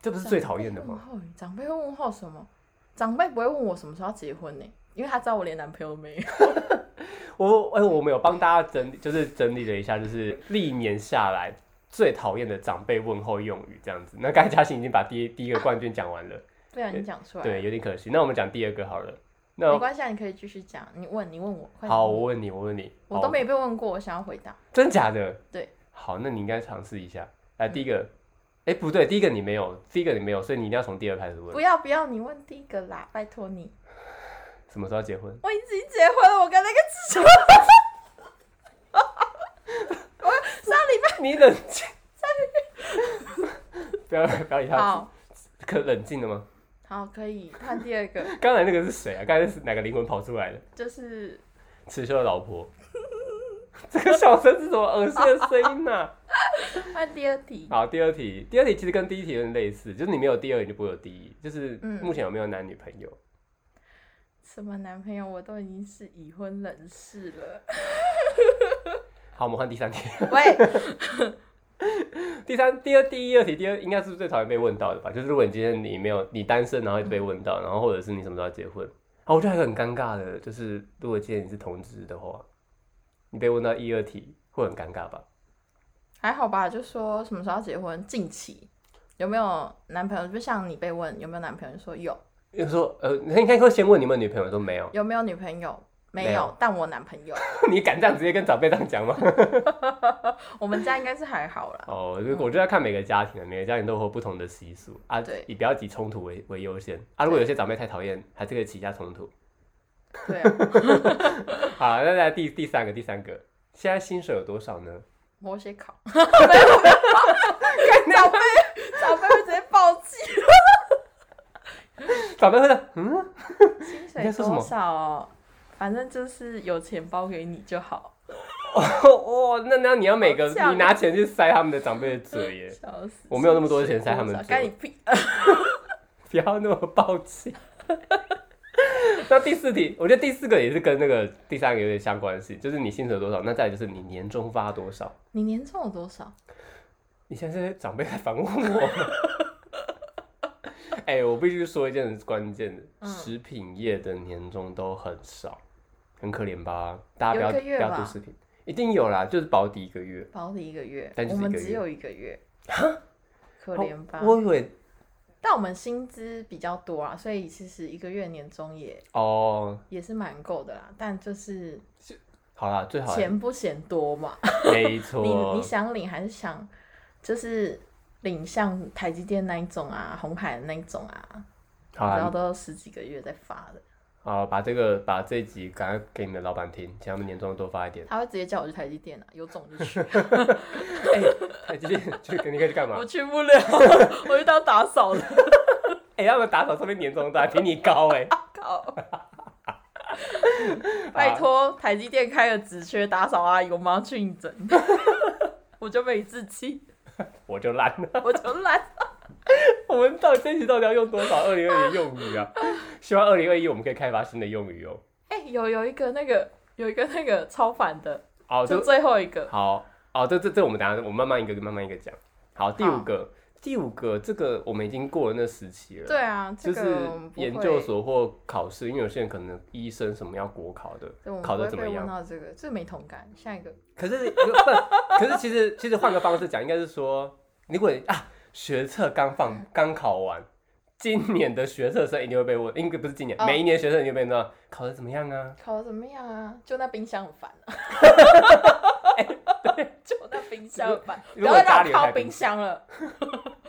[SPEAKER 2] 这不是最讨厌的
[SPEAKER 1] 问
[SPEAKER 2] 吗？
[SPEAKER 1] 候语，长辈会问候什么？长辈不会问我什么时候要结婚呢、因为他知道我连男朋友都没有。
[SPEAKER 2] 我哎、我们有帮大家整理，就是整理了一下，就是历年下来最讨厌的长辈问候用语这样子。那刚才嘉欣已经把第一第一个冠军讲完了，
[SPEAKER 1] 不然你讲出来。
[SPEAKER 2] 对，有点可惜。那我们讲第二个好了。
[SPEAKER 1] 啊没
[SPEAKER 2] 那
[SPEAKER 1] 关系，啊，你可以继续讲。你问，你问我。快点
[SPEAKER 2] 好，
[SPEAKER 1] 问
[SPEAKER 2] 我问你，我问你，
[SPEAKER 1] 我
[SPEAKER 2] 好
[SPEAKER 1] 都没被问过，我想要回答。
[SPEAKER 2] 真假的？
[SPEAKER 1] 对。嗯
[SPEAKER 2] 好，那你应该尝试一下。来，第一个，哎、不对，第一个你没有，第一个你没有，所以你一定要从第二开始问
[SPEAKER 1] 不。要不要，你问第一个啦，拜托你。
[SPEAKER 2] 什么时候要结婚？
[SPEAKER 1] 我已经结婚了，我跟那个智障。我上礼拜
[SPEAKER 2] 你冷静。 不要不要理他，
[SPEAKER 1] 好
[SPEAKER 2] 可冷静了吗？
[SPEAKER 1] 好可以换第二个，
[SPEAKER 2] 刚才那个是谁啊？刚才是哪个灵魂跑出来的？
[SPEAKER 1] 就是
[SPEAKER 2] 刺绣的老婆。 这个笑声是什么恶心的声音呢、啊
[SPEAKER 1] 换第二题。
[SPEAKER 2] 好，第二题，第二题其实跟第一题有点类似，就是你没有第二，你就不会有第一。就是
[SPEAKER 1] 嗯
[SPEAKER 2] 目前有没有男女朋友？
[SPEAKER 1] 什么男朋友？我都已经是已婚人士 了。
[SPEAKER 2] 好，我们换第三题。
[SPEAKER 1] 喂，
[SPEAKER 2] 第三、第二、第一二题，第二应该是最讨厌被问到的吧？就是如果你今天你没有你单身，然后一直被问到，然后或者是你什么时候要结婚？啊好，我觉得还有一个很尴尬的，就是如果今天你是同志的话，你被问到一二题会很尴尬吧？
[SPEAKER 1] 还好吧？就说什么时候要结婚？近期有没有男朋友？就像你被问有没有男朋友，你说有；
[SPEAKER 2] 就说呃，你应该会先问你们女朋友说没有，
[SPEAKER 1] 有没有女朋友？没有，
[SPEAKER 2] 没有
[SPEAKER 1] 但我男朋友。
[SPEAKER 2] 你敢这样直接跟长辈这样讲吗？
[SPEAKER 1] 我们家应该是还好啦。
[SPEAKER 2] 哦，这个我就要看每个家庭啊了，每个家庭都会有不同的习俗啊。
[SPEAKER 1] 对
[SPEAKER 2] 以不要以冲突为为优先啊。如果有些长辈太讨厌，还是可以起一下冲突。
[SPEAKER 1] 对 啊，
[SPEAKER 2] 好，那来第第三个，第三个，现在薪水有多少呢？
[SPEAKER 1] 我写考，没有没有，长 辈长辈会直接暴击。
[SPEAKER 2] 长辈会说，嗯，
[SPEAKER 1] 薪
[SPEAKER 2] 你
[SPEAKER 1] 水
[SPEAKER 2] 在说什么
[SPEAKER 1] 多少哦？反正就是有钱包给你就好。
[SPEAKER 2] 哦，那那你要每个
[SPEAKER 1] 好呛哦
[SPEAKER 2] 你拿钱去塞他们的长辈的嘴耶，
[SPEAKER 1] 笑死！
[SPEAKER 2] 我没有那么多钱塞他们
[SPEAKER 1] 多
[SPEAKER 2] 的
[SPEAKER 1] 少干你
[SPEAKER 2] 嘴，
[SPEAKER 1] 屁！
[SPEAKER 2] 不要那么暴气。 那第四题，我觉得第四个也是跟那个第三个有点相关系，就是你薪水多少，那再来就是你年终发多少。
[SPEAKER 1] 你年终有多少？
[SPEAKER 2] 你现在是长辈在反问我。 哎、我必须说一件很关键的，
[SPEAKER 1] 嗯
[SPEAKER 2] 食品业的年终都很少，很可怜吧？大家不要
[SPEAKER 1] 有一个
[SPEAKER 2] 不
[SPEAKER 1] 月
[SPEAKER 2] 要读
[SPEAKER 1] 吧
[SPEAKER 2] 食品，一定有啦，就是保底一个月。
[SPEAKER 1] 保底一个月，
[SPEAKER 2] 但就
[SPEAKER 1] 我
[SPEAKER 2] 是一个
[SPEAKER 1] 们
[SPEAKER 2] 月
[SPEAKER 1] 只有一个月，可怜吧？
[SPEAKER 2] 哦我以为
[SPEAKER 1] 但我们薪资比较多啊，所以其实一个月年终也
[SPEAKER 2] 哦，
[SPEAKER 1] 也是蛮够的啦。但就是
[SPEAKER 2] 好啦，最好
[SPEAKER 1] 钱不嫌多嘛，
[SPEAKER 2] 没
[SPEAKER 1] 你
[SPEAKER 2] 错
[SPEAKER 1] 你，想领还是想就是领像台积电那一种啊，红海的那一种啊，
[SPEAKER 2] 好
[SPEAKER 1] 然后
[SPEAKER 2] 啦，
[SPEAKER 1] 都十几个月在发的，。
[SPEAKER 2] 好，把这个把这一集赶快给你们老板听，请他们年终多发一点
[SPEAKER 1] 他会直接叫我去台积电啊，有种就去，
[SPEAKER 2] 哎、台积电去你可以去干嘛
[SPEAKER 1] 我？去不了，我去当打扫了，
[SPEAKER 2] 哎、他们打扫上面年终都还比你高哎、
[SPEAKER 1] 靠！拜托，台积电开了职缺打扫阿姨，我们要去应征， 我就没志气，
[SPEAKER 2] 我就烂了。
[SPEAKER 1] 我就懒。
[SPEAKER 2] 我们到底这一集到底要用多少二零二一用语啊？ 希望二零二一我们可以开发新的用语哦。
[SPEAKER 1] 哎、有有一个那个有一个那个超凡的，
[SPEAKER 2] 好，
[SPEAKER 1] 就
[SPEAKER 2] 这
[SPEAKER 1] 最后一个，
[SPEAKER 2] 好，哦，这这这我们等一下我们慢慢一个慢慢一个讲。好，第五个，第五个这个我们已经过了那时期了。
[SPEAKER 1] 对啊，这
[SPEAKER 2] 就
[SPEAKER 1] 个
[SPEAKER 2] 是
[SPEAKER 1] 我们不会
[SPEAKER 2] 研究，所或考试，因为有些人可能医生什么要国考的
[SPEAKER 1] 对我，们
[SPEAKER 2] 考
[SPEAKER 1] 不
[SPEAKER 2] 的
[SPEAKER 1] 会
[SPEAKER 2] 怎么
[SPEAKER 1] 被问
[SPEAKER 2] 样？
[SPEAKER 1] 到这个，这没同感。下一个，
[SPEAKER 2] 可是不，可是其实其实换个方式讲，应该是说，如果啊学测刚放刚考完，今年的学测生一定会被问，应该不是今年，
[SPEAKER 1] 哦
[SPEAKER 2] 每一年学测一定会被问到考的怎么样啊？
[SPEAKER 1] 考的怎么样啊？就那冰箱很烦 啊。就那冰箱很烦，不
[SPEAKER 2] 哎如果
[SPEAKER 1] 要
[SPEAKER 2] 家
[SPEAKER 1] 让
[SPEAKER 2] 里
[SPEAKER 1] 我
[SPEAKER 2] 有台
[SPEAKER 1] 靠
[SPEAKER 2] 冰
[SPEAKER 1] 冰箱了，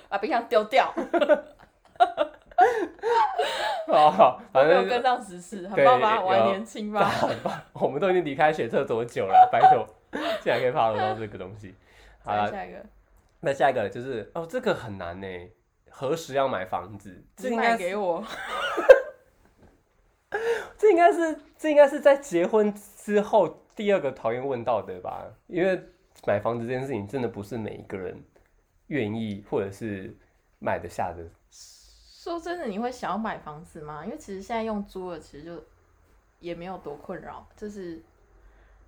[SPEAKER 1] 把冰箱丢掉。
[SPEAKER 2] 哦，
[SPEAKER 1] 我
[SPEAKER 2] 反
[SPEAKER 1] 没有
[SPEAKER 2] 正
[SPEAKER 1] 跟上时事，很
[SPEAKER 2] 对
[SPEAKER 1] 棒吧？我还
[SPEAKER 2] 有
[SPEAKER 1] 年轻吧？
[SPEAKER 2] 我们都已经离开学测多久了，白头竟然可以怕得到这个东西。 好
[SPEAKER 1] 再
[SPEAKER 2] 了，
[SPEAKER 1] 下一个，
[SPEAKER 2] 那下一个就是哦，这个很难呢，何时要买房子？这
[SPEAKER 1] 你
[SPEAKER 2] 应
[SPEAKER 1] 买
[SPEAKER 2] 该
[SPEAKER 1] 给
[SPEAKER 2] 是
[SPEAKER 1] 我。
[SPEAKER 2] 这应该是这应该是在结婚之后第二个讨厌问到的吧？因为买房子这件事情真的不是每一个人愿意或者是买得下的。
[SPEAKER 1] 说真的，你会想要买房子吗？因为其实现在用租的，其实就也没有多困扰，就是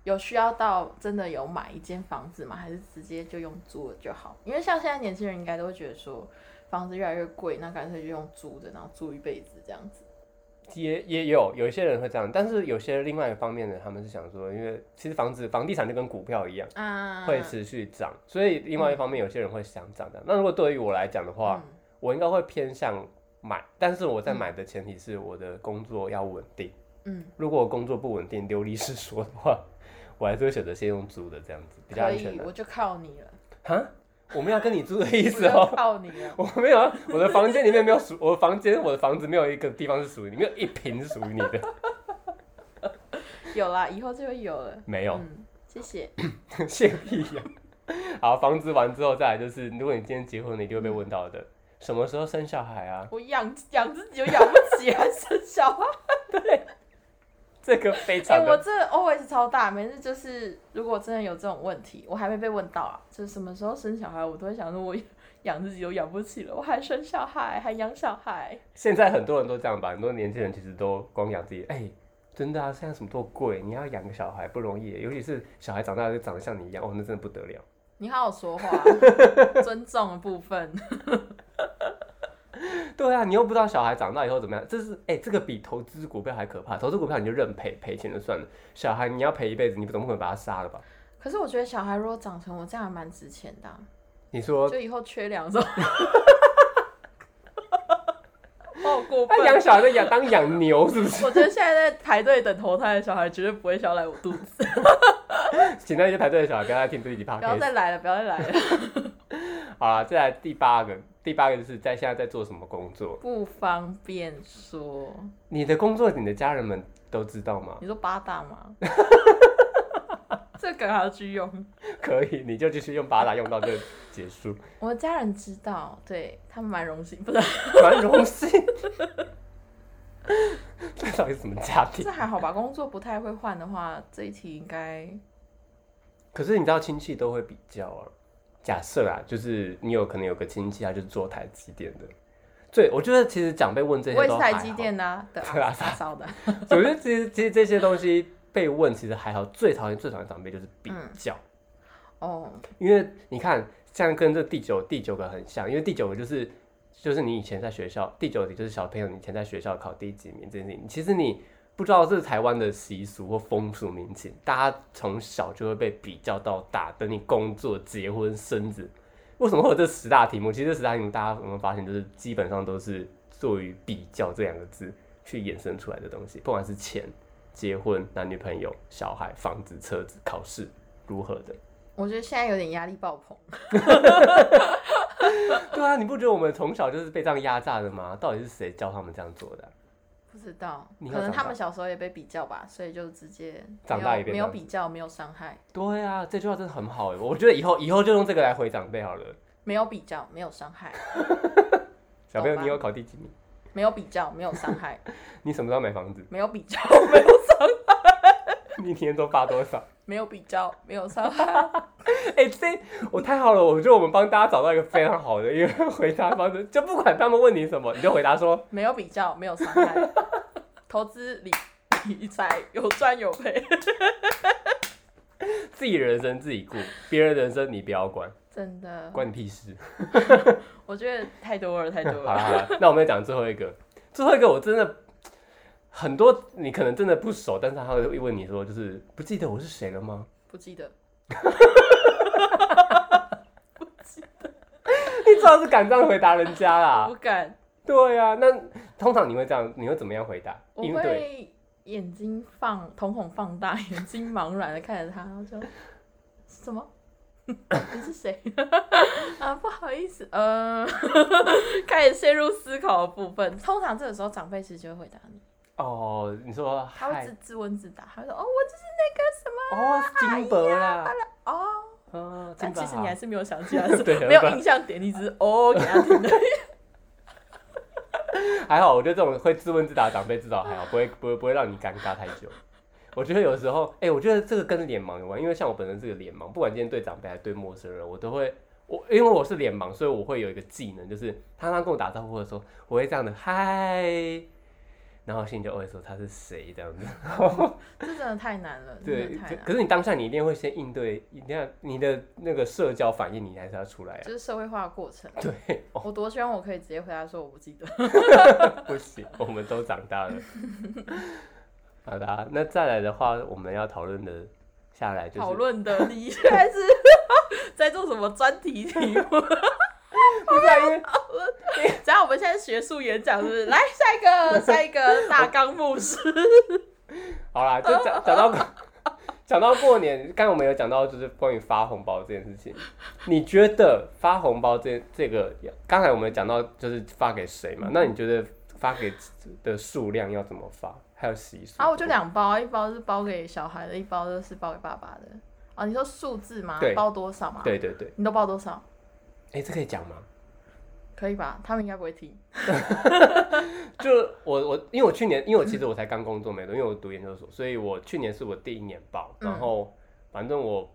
[SPEAKER 1] 有需要到真的有买一间房子吗？还是直接就用租的就好？因为像现在年轻人应该都会觉得说房子越来越贵，那干脆就用租的，然后租一辈子这样子。
[SPEAKER 2] 也也有有一些人会这样，但是有些另外一方面呢，他们是想说，因为其实房子房地产就跟股票一样。
[SPEAKER 1] 啊，
[SPEAKER 2] 会持续涨，所以另外一方面，有些人会想涨的。那如果对于我来讲的话，
[SPEAKER 1] 嗯
[SPEAKER 2] 我应该会偏向买，但是我在买的前提是我的工作要稳定。
[SPEAKER 1] 嗯，
[SPEAKER 2] 如果我工作不稳定，流离失所的话，我还是会选择先用租的这样子，比较
[SPEAKER 1] 可
[SPEAKER 2] 安全
[SPEAKER 1] 以，
[SPEAKER 2] 的、
[SPEAKER 1] 我就靠你了，
[SPEAKER 2] 哈，我们要跟你租的意
[SPEAKER 1] 我
[SPEAKER 2] 思
[SPEAKER 1] 就
[SPEAKER 2] 哦。
[SPEAKER 1] 靠你了。
[SPEAKER 2] 我没有，啊，我的房间里面没有属，我的房间我的房子没有一个地方是属于你，没有一瓶是属于你的，
[SPEAKER 1] 有啦，以后就会有了。
[SPEAKER 2] 没有，
[SPEAKER 1] 嗯，谢谢。嗯
[SPEAKER 2] 谢屁呀、好，房子完之后再来就是，如果你今天结婚，你一定会被
[SPEAKER 1] 嗯
[SPEAKER 2] 问到的，什么时候生小孩啊？
[SPEAKER 1] 我养养自己就养不起，还 生小孩。
[SPEAKER 2] 这个非
[SPEAKER 1] 哎、
[SPEAKER 2] 常
[SPEAKER 1] 我
[SPEAKER 2] 的，
[SPEAKER 1] 这 always 超大，每次就是如果真的有这种问题，我还没被问到啊，就是什么时候生小孩，我都会想说，我 养自己都养不起了，我还生小孩，还养小孩。
[SPEAKER 2] 现在很多人都这样吧，很多年轻人其实都光养自己，哎、真的啊，现在什么都贵，你要养个小孩不容易，尤其是小孩长大就长得像你一样，哦，那真的不得了。
[SPEAKER 1] 你好好说话， 尊重的部分。
[SPEAKER 2] 对啊，你又不知道小孩长大以后怎么样，这是哎、这个比投资股票还可怕。投资股票你就认赔，赔钱就算了。小孩你要赔一辈子，你总不可能把他杀了吧？
[SPEAKER 1] 可是我觉得小孩如果长成我这样，还蛮值钱的啊、
[SPEAKER 2] 你说
[SPEAKER 1] 就以后缺粮的时候。 哦，过
[SPEAKER 2] 他养
[SPEAKER 1] 分！
[SPEAKER 2] 小孩在养当养牛是不 是？
[SPEAKER 1] 我觉得现在在排队等投胎的小孩绝对不会想要来我肚子，
[SPEAKER 2] 请那些排队的小孩不要再听这一集
[SPEAKER 1] 不要
[SPEAKER 2] podcast。
[SPEAKER 1] 再来了，不要再来了。
[SPEAKER 2] 好啦，再来第八个，第八个就是在现在在做什么工作？
[SPEAKER 1] 不方便说。
[SPEAKER 2] 你的工作，你的家人们都知道吗？
[SPEAKER 1] 你说八大 吗？这梗还要去用？
[SPEAKER 2] 可以，你就继续用八达用到这个结束，
[SPEAKER 1] 我的家人知道，对他们蛮荣幸， 不是？
[SPEAKER 2] 蛮荣幸。这到底是什么家庭？
[SPEAKER 1] 这还好吧？工作不太会换的话，这一题应该
[SPEAKER 2] 可是你知道亲戚都会比较啊，假设啊，就是你有可能有个亲戚，他就是做台积电的。对，我觉得其实长辈问这些
[SPEAKER 1] 我也
[SPEAKER 2] 都
[SPEAKER 1] 是
[SPEAKER 2] 还
[SPEAKER 1] 台
[SPEAKER 2] 好
[SPEAKER 1] 积，电的、啊、的
[SPEAKER 2] 对 啊
[SPEAKER 1] 啊，烧的。
[SPEAKER 2] 我觉得其实其实这些东西被问其实还好，最讨厌最讨厌长辈就是比
[SPEAKER 1] 嗯
[SPEAKER 2] 较，
[SPEAKER 1] 哦，
[SPEAKER 2] 因为你看像跟这第九第九个很像，因为第九个就是就是你以前在学校第九题就是小朋友你以前在学校考第几名这件事情，其实你不知道这是台湾的习俗或风俗民情，大家从小就会被比较到大，等你工作、结婚、生子。为什么会有这十大题目？其实这十大题目大家有没有发现，就是基本上都是作于比较这两个字去衍生出来的东西，不管是钱、结婚、男女朋友、小孩、房子、车子、考试如何的。
[SPEAKER 1] 我觉得现在有点压力爆棚。
[SPEAKER 2] 对啊，你不觉得我们从小就是被这样压榨的吗？到底是谁教他们这样做的啊、
[SPEAKER 1] 不知道，
[SPEAKER 2] 你要
[SPEAKER 1] 可能
[SPEAKER 2] 长
[SPEAKER 1] 他
[SPEAKER 2] 大
[SPEAKER 1] 们小时候也被比较吧，所以就直接
[SPEAKER 2] 长
[SPEAKER 1] 没
[SPEAKER 2] 大
[SPEAKER 1] 有
[SPEAKER 2] 也变
[SPEAKER 1] 没有
[SPEAKER 2] 这样
[SPEAKER 1] 比较，没有伤害，
[SPEAKER 2] 对啊，这句话真的很好哎，我觉得以后以后就用这个来回长辈好了。
[SPEAKER 1] 没有比较，没有伤害，
[SPEAKER 2] 小朋友，
[SPEAKER 1] 懂吧
[SPEAKER 2] 你有考第几名？
[SPEAKER 1] 没有比较，没有伤 害，
[SPEAKER 2] 你什么时候买房子？
[SPEAKER 1] 没有比较，没有伤，
[SPEAKER 2] 你年终发多少？
[SPEAKER 1] 没有比较，没有伤害。
[SPEAKER 2] 哎、这我太好了，我觉得我们帮大家找到一个非常好的一个 回答方式，就不管他们问你什么，你就回答说
[SPEAKER 1] 没有比较，没有伤 害，投资理理财有赚有赔，
[SPEAKER 2] 自己人生自己顾，别人人生你不要管，
[SPEAKER 1] 真的，
[SPEAKER 2] 关你屁事。
[SPEAKER 1] 我觉得太多了，太 多
[SPEAKER 2] 好了
[SPEAKER 1] 了。
[SPEAKER 2] 好了，那我们再讲最后一个，最后一个我真的很多你可能真的不熟，但是他会问你说，就是不记得我是谁了吗？
[SPEAKER 1] 不记得，
[SPEAKER 2] 你最好是敢这样回答人家啦
[SPEAKER 1] 我。 敢，
[SPEAKER 2] 对啊，那通常你会这样，你会怎么样回答？
[SPEAKER 1] 我
[SPEAKER 2] 应对
[SPEAKER 1] 会眼睛放瞳孔放大，眼睛茫然的看着他，然后就什 么？你是谁？ 啊，不好意思，呃， 开始陷入思考的部分。通常这个时候，长辈其实就会回答你，
[SPEAKER 2] 哦，你说
[SPEAKER 1] 他会
[SPEAKER 2] 嗨
[SPEAKER 1] 自自问自答，他会说：“哦，我就是那个什么
[SPEAKER 2] 哦，金伯啦，
[SPEAKER 1] 哦。”
[SPEAKER 2] 啊，金
[SPEAKER 1] 但
[SPEAKER 2] 伯
[SPEAKER 1] 其实你还
[SPEAKER 2] 好，
[SPEAKER 1] 是没有想起来， 是
[SPEAKER 2] 对
[SPEAKER 1] 没有
[SPEAKER 2] 我
[SPEAKER 1] 印象点，你只是哦给他听的。
[SPEAKER 2] 还好，我觉得这种会自问自答的长辈至少还好，不会不会不会让你尴尬太久。我觉得有时候，哎、我觉得这个跟脸盲有关，因为像我本身是个脸盲，不管今天对长辈还是对陌生人，我都会我因为我是脸盲，所以我会有一个技能，就是他刚跟我打招呼的时候，我会这样的嗨，然后心里就哦会说他是谁这样子。
[SPEAKER 1] 这真的太难了，真
[SPEAKER 2] 对
[SPEAKER 1] 嗯的，太
[SPEAKER 2] 这
[SPEAKER 1] 难
[SPEAKER 2] 可
[SPEAKER 1] 了。
[SPEAKER 2] 是你当下你一定会先应对，一定要你的那个社交反应，你还是要出来啊。
[SPEAKER 1] 就是社会化的过程。
[SPEAKER 2] 对，哦，
[SPEAKER 1] 我多希望我可以直接回答说我不记得。
[SPEAKER 2] 不行，我们都长大了。 好的啊，那再来的话，我们要讨论的下来就
[SPEAKER 1] 讨
[SPEAKER 2] 是，
[SPEAKER 1] 论的 你现在是 在做什么专题题目？
[SPEAKER 2] 不是、啊、因为
[SPEAKER 1] 只要我们现在学术演讲，是不是？来下一 个，下一个大纲牧师。
[SPEAKER 2] 好啦，就讲讲到讲到过 年，刚刚我们有讲到就是关于发红包这件事情，你觉得发红包这这个，刚才我们讲到就是发给谁
[SPEAKER 1] 嗯
[SPEAKER 2] 嘛？那你觉得发给的数量要怎么发？还有习俗？
[SPEAKER 1] 啊，我就两包，一包是包给小孩的，一包就是包给爸爸的。哦，你说数字吗
[SPEAKER 2] 对？
[SPEAKER 1] 包多少吗？，
[SPEAKER 2] 对对对，
[SPEAKER 1] 你都包多少？
[SPEAKER 2] 哎，这可以讲吗？
[SPEAKER 1] 可以吧？他们应该不会听。
[SPEAKER 2] 就我我因为我去年，因为我其实我才刚工作没多久，因为我读研究所，所以我去年是我第一年报，
[SPEAKER 1] 嗯
[SPEAKER 2] 然后反正我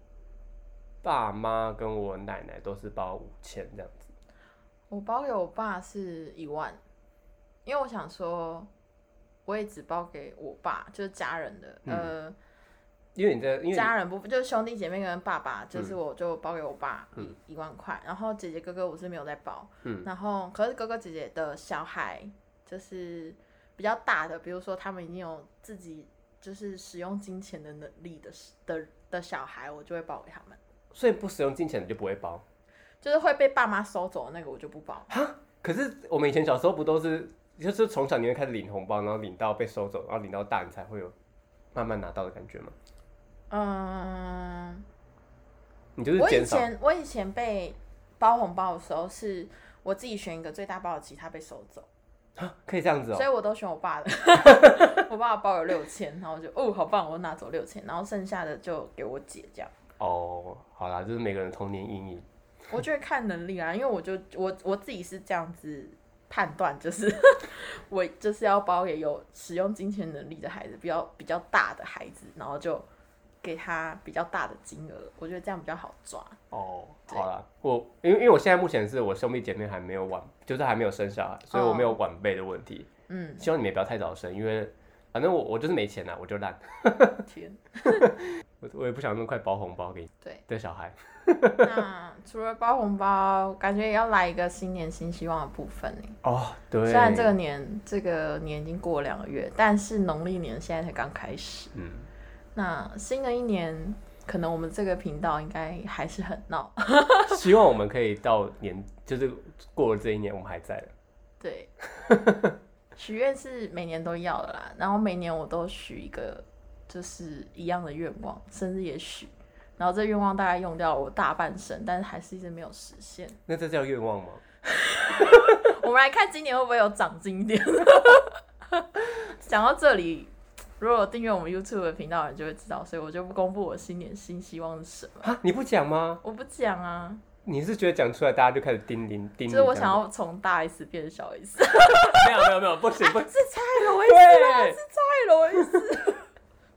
[SPEAKER 2] 爸妈跟我奶奶都是包五千这样子。
[SPEAKER 1] 我包给我爸是一万，因为我想说，我也只包给我爸，就是家人的，呃，
[SPEAKER 2] 因为你嗯在，因为你
[SPEAKER 1] 家人不就是兄弟姐妹跟爸爸，就是我就包给我爸一、
[SPEAKER 2] 嗯
[SPEAKER 1] 一万块，然后姐姐哥哥我是没有在包，
[SPEAKER 2] 嗯
[SPEAKER 1] 然后可是哥哥姐姐的小孩就是比较大的，比如说他们已经有自己就是使用金钱的能力的时的的小孩，我就会包给他们，
[SPEAKER 2] 所以不使用金钱的就不会包。
[SPEAKER 1] 就是会被爸妈收走的那个我就不包，
[SPEAKER 2] 可是我们以前小时候不都是，就是从小你会开始领红包，然后领到被收走，然后领到大你才会有慢慢拿到的感觉嘛？
[SPEAKER 1] 嗯。
[SPEAKER 2] 你就是
[SPEAKER 1] 我以
[SPEAKER 2] 减少，
[SPEAKER 1] 前我以前被包红包的时候，是我自己选一个最大包的，其他被收走，
[SPEAKER 2] 啊可以这样子哦、
[SPEAKER 1] 所以我都选我爸 的。我爸包有六千，然后我就哦好棒，我拿走六千，然后剩下的就给我姐这样。
[SPEAKER 2] 哦，好啦，就是每个人童年阴影。
[SPEAKER 1] 我觉得看能力啊，因为我就我我自己是这样子判断，就是 我就是要包给有使用金钱能力的孩子，比较比较大的孩子，然后就给他比较大的金额，我觉得这样比较好抓。
[SPEAKER 2] 哦，
[SPEAKER 1] 对
[SPEAKER 2] 好啦，我因为因为我现在目前是我兄弟姐妹还没有晚，就是还没有生小孩，所以我没有晚辈的问
[SPEAKER 1] 哦
[SPEAKER 2] 题。
[SPEAKER 1] 嗯，
[SPEAKER 2] 希望你们也不要太早生，因为反正我我就是没钱啦，我就烂，
[SPEAKER 1] 天，
[SPEAKER 2] 我我也不想那么快包红包给
[SPEAKER 1] 对。
[SPEAKER 2] 的小孩。
[SPEAKER 1] 那除了包红包，感觉也要来一个新年新希望的部分呢。
[SPEAKER 2] 哦，对，
[SPEAKER 1] 虽然这个年这个年已经过了两个月，但是农历年现在才刚开始。
[SPEAKER 2] 嗯，
[SPEAKER 1] 那新的一年，可能我们这个频道应该还是很闹。
[SPEAKER 2] 希望我们可以到年，就是过了这一年，我们还在了。
[SPEAKER 1] 对，许愿是每年都要的啦。然后每年我都许一个，就是一样的愿望，甚至也许。然后这愿望大概用掉我大半生，但是还是一直没有实现。
[SPEAKER 2] 那这叫愿望吗？
[SPEAKER 1] 我们来看今年会不会有长进一点。 讲到这里，如果有订阅我们 YouTube 的频道的人就会知道，所以我就不公布我新年新希望是什么，
[SPEAKER 2] 啊，你不讲吗？
[SPEAKER 1] 我不讲啊，
[SPEAKER 2] 你是觉得讲出来大家就开始叮铃叮铃？
[SPEAKER 1] 就是我想要从大 S 变小 S，
[SPEAKER 2] 没有没有没有，不行不 行，
[SPEAKER 1] 是蔡罗 S，
[SPEAKER 2] 对，
[SPEAKER 1] 蔡罗 S，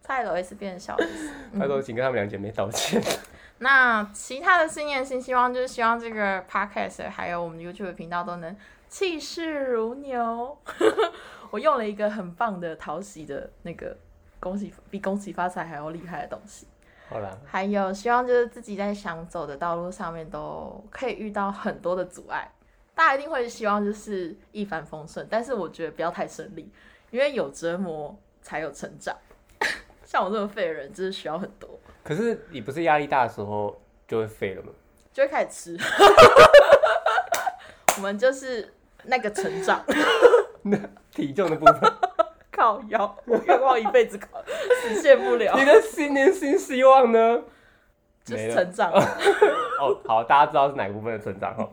[SPEAKER 1] 蔡罗 S 变小 S。
[SPEAKER 2] 他说请跟他们两姐妹道歉。
[SPEAKER 1] 那其他的新年新希望就是希望这个 podcast 还有我们的 YouTube 频道都能气势如牛。 我用了一个很棒的讨喜的那个恭喜，比恭喜发财还要厉害的东西。
[SPEAKER 2] 好啦，
[SPEAKER 1] 还有希望就是自己在想走的道路上面都可以遇到很多的阻碍，大家一定会希望就是一帆风顺，但是我觉得不要太顺利，因为有折磨才有成长。 像我这么废的人，就是需要很多。
[SPEAKER 2] 可是你不是压力大的时候就会废了吗？
[SPEAKER 1] 就会开始吃。 我们就是那个成长
[SPEAKER 2] 体重的部分。
[SPEAKER 1] 靠腰，我愿望一辈子靠实现不了
[SPEAKER 2] 你，的新年新希望呢？
[SPEAKER 1] 就是
[SPEAKER 2] 没了
[SPEAKER 1] 成长。嗯
[SPEAKER 2] 哦，好，大家知道是哪个部分的成长哦。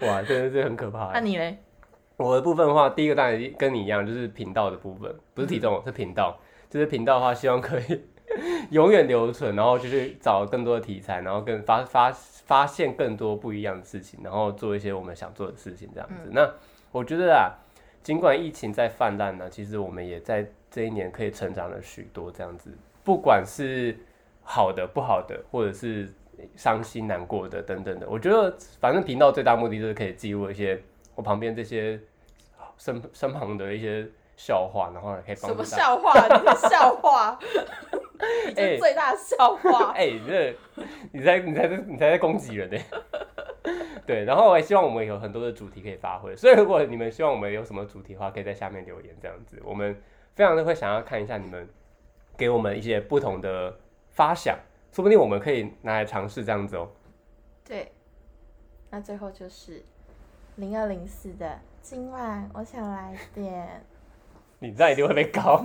[SPEAKER 2] 哇，真的是很可怕
[SPEAKER 1] 那。你嘞？
[SPEAKER 2] 我的部分的话，第一个当然跟你一样，就是频道的部分，不是体重，是频道。就是频道的话，希望可以永远留存，然后就是找更多的题材，然后更发发发现更多不一样的事情，然后做一些我们想做的事情，这样
[SPEAKER 1] 嗯
[SPEAKER 2] 子。那我觉得啊，尽管疫情在泛滥呢，其实我们也在这一年可以成长了许多，这样子，不管是好的、不好的，或者是伤心、难过的等等的，我觉得反正频道最大目的就是可以记录一些我旁边这些身身旁的一些笑话，然后也可以
[SPEAKER 1] 什
[SPEAKER 2] 帮助
[SPEAKER 1] 么
[SPEAKER 2] 大家。
[SPEAKER 1] 笑话？你是笑话， 你
[SPEAKER 2] 哎
[SPEAKER 1] 是最大的笑话。
[SPEAKER 2] 哎、你这你在你在你在在攻击人呢、 对，然后我也希望我们有很多的主题可以发挥，所以如果你们希望我们有什么主题的话，可以在下面留言这样子。我们非常的会想要看一下你们给我们一些不同的发想，说不定我们可以拿来尝试这样子哦。
[SPEAKER 1] 对，那最后就是零二零四的，今晚我想来点。
[SPEAKER 2] 你这样一定会被告。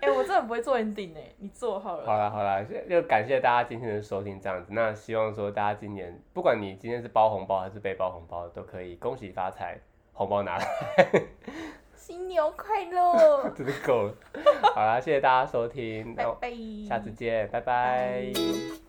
[SPEAKER 1] 哎、我真的不会做 ending 哎、你做好了。
[SPEAKER 2] 好啦好啦，就就感谢大家今天的收听，这样子。那希望说大家今年，不管你今天是包红包还是被包红包，都可以恭喜发财，红包拿来，，
[SPEAKER 1] 新年快乐
[SPEAKER 2] 真的够了。好啦，谢谢大家收听，那
[SPEAKER 1] 拜
[SPEAKER 2] 我
[SPEAKER 1] 拜，
[SPEAKER 2] 下次见，拜拜
[SPEAKER 1] 拜。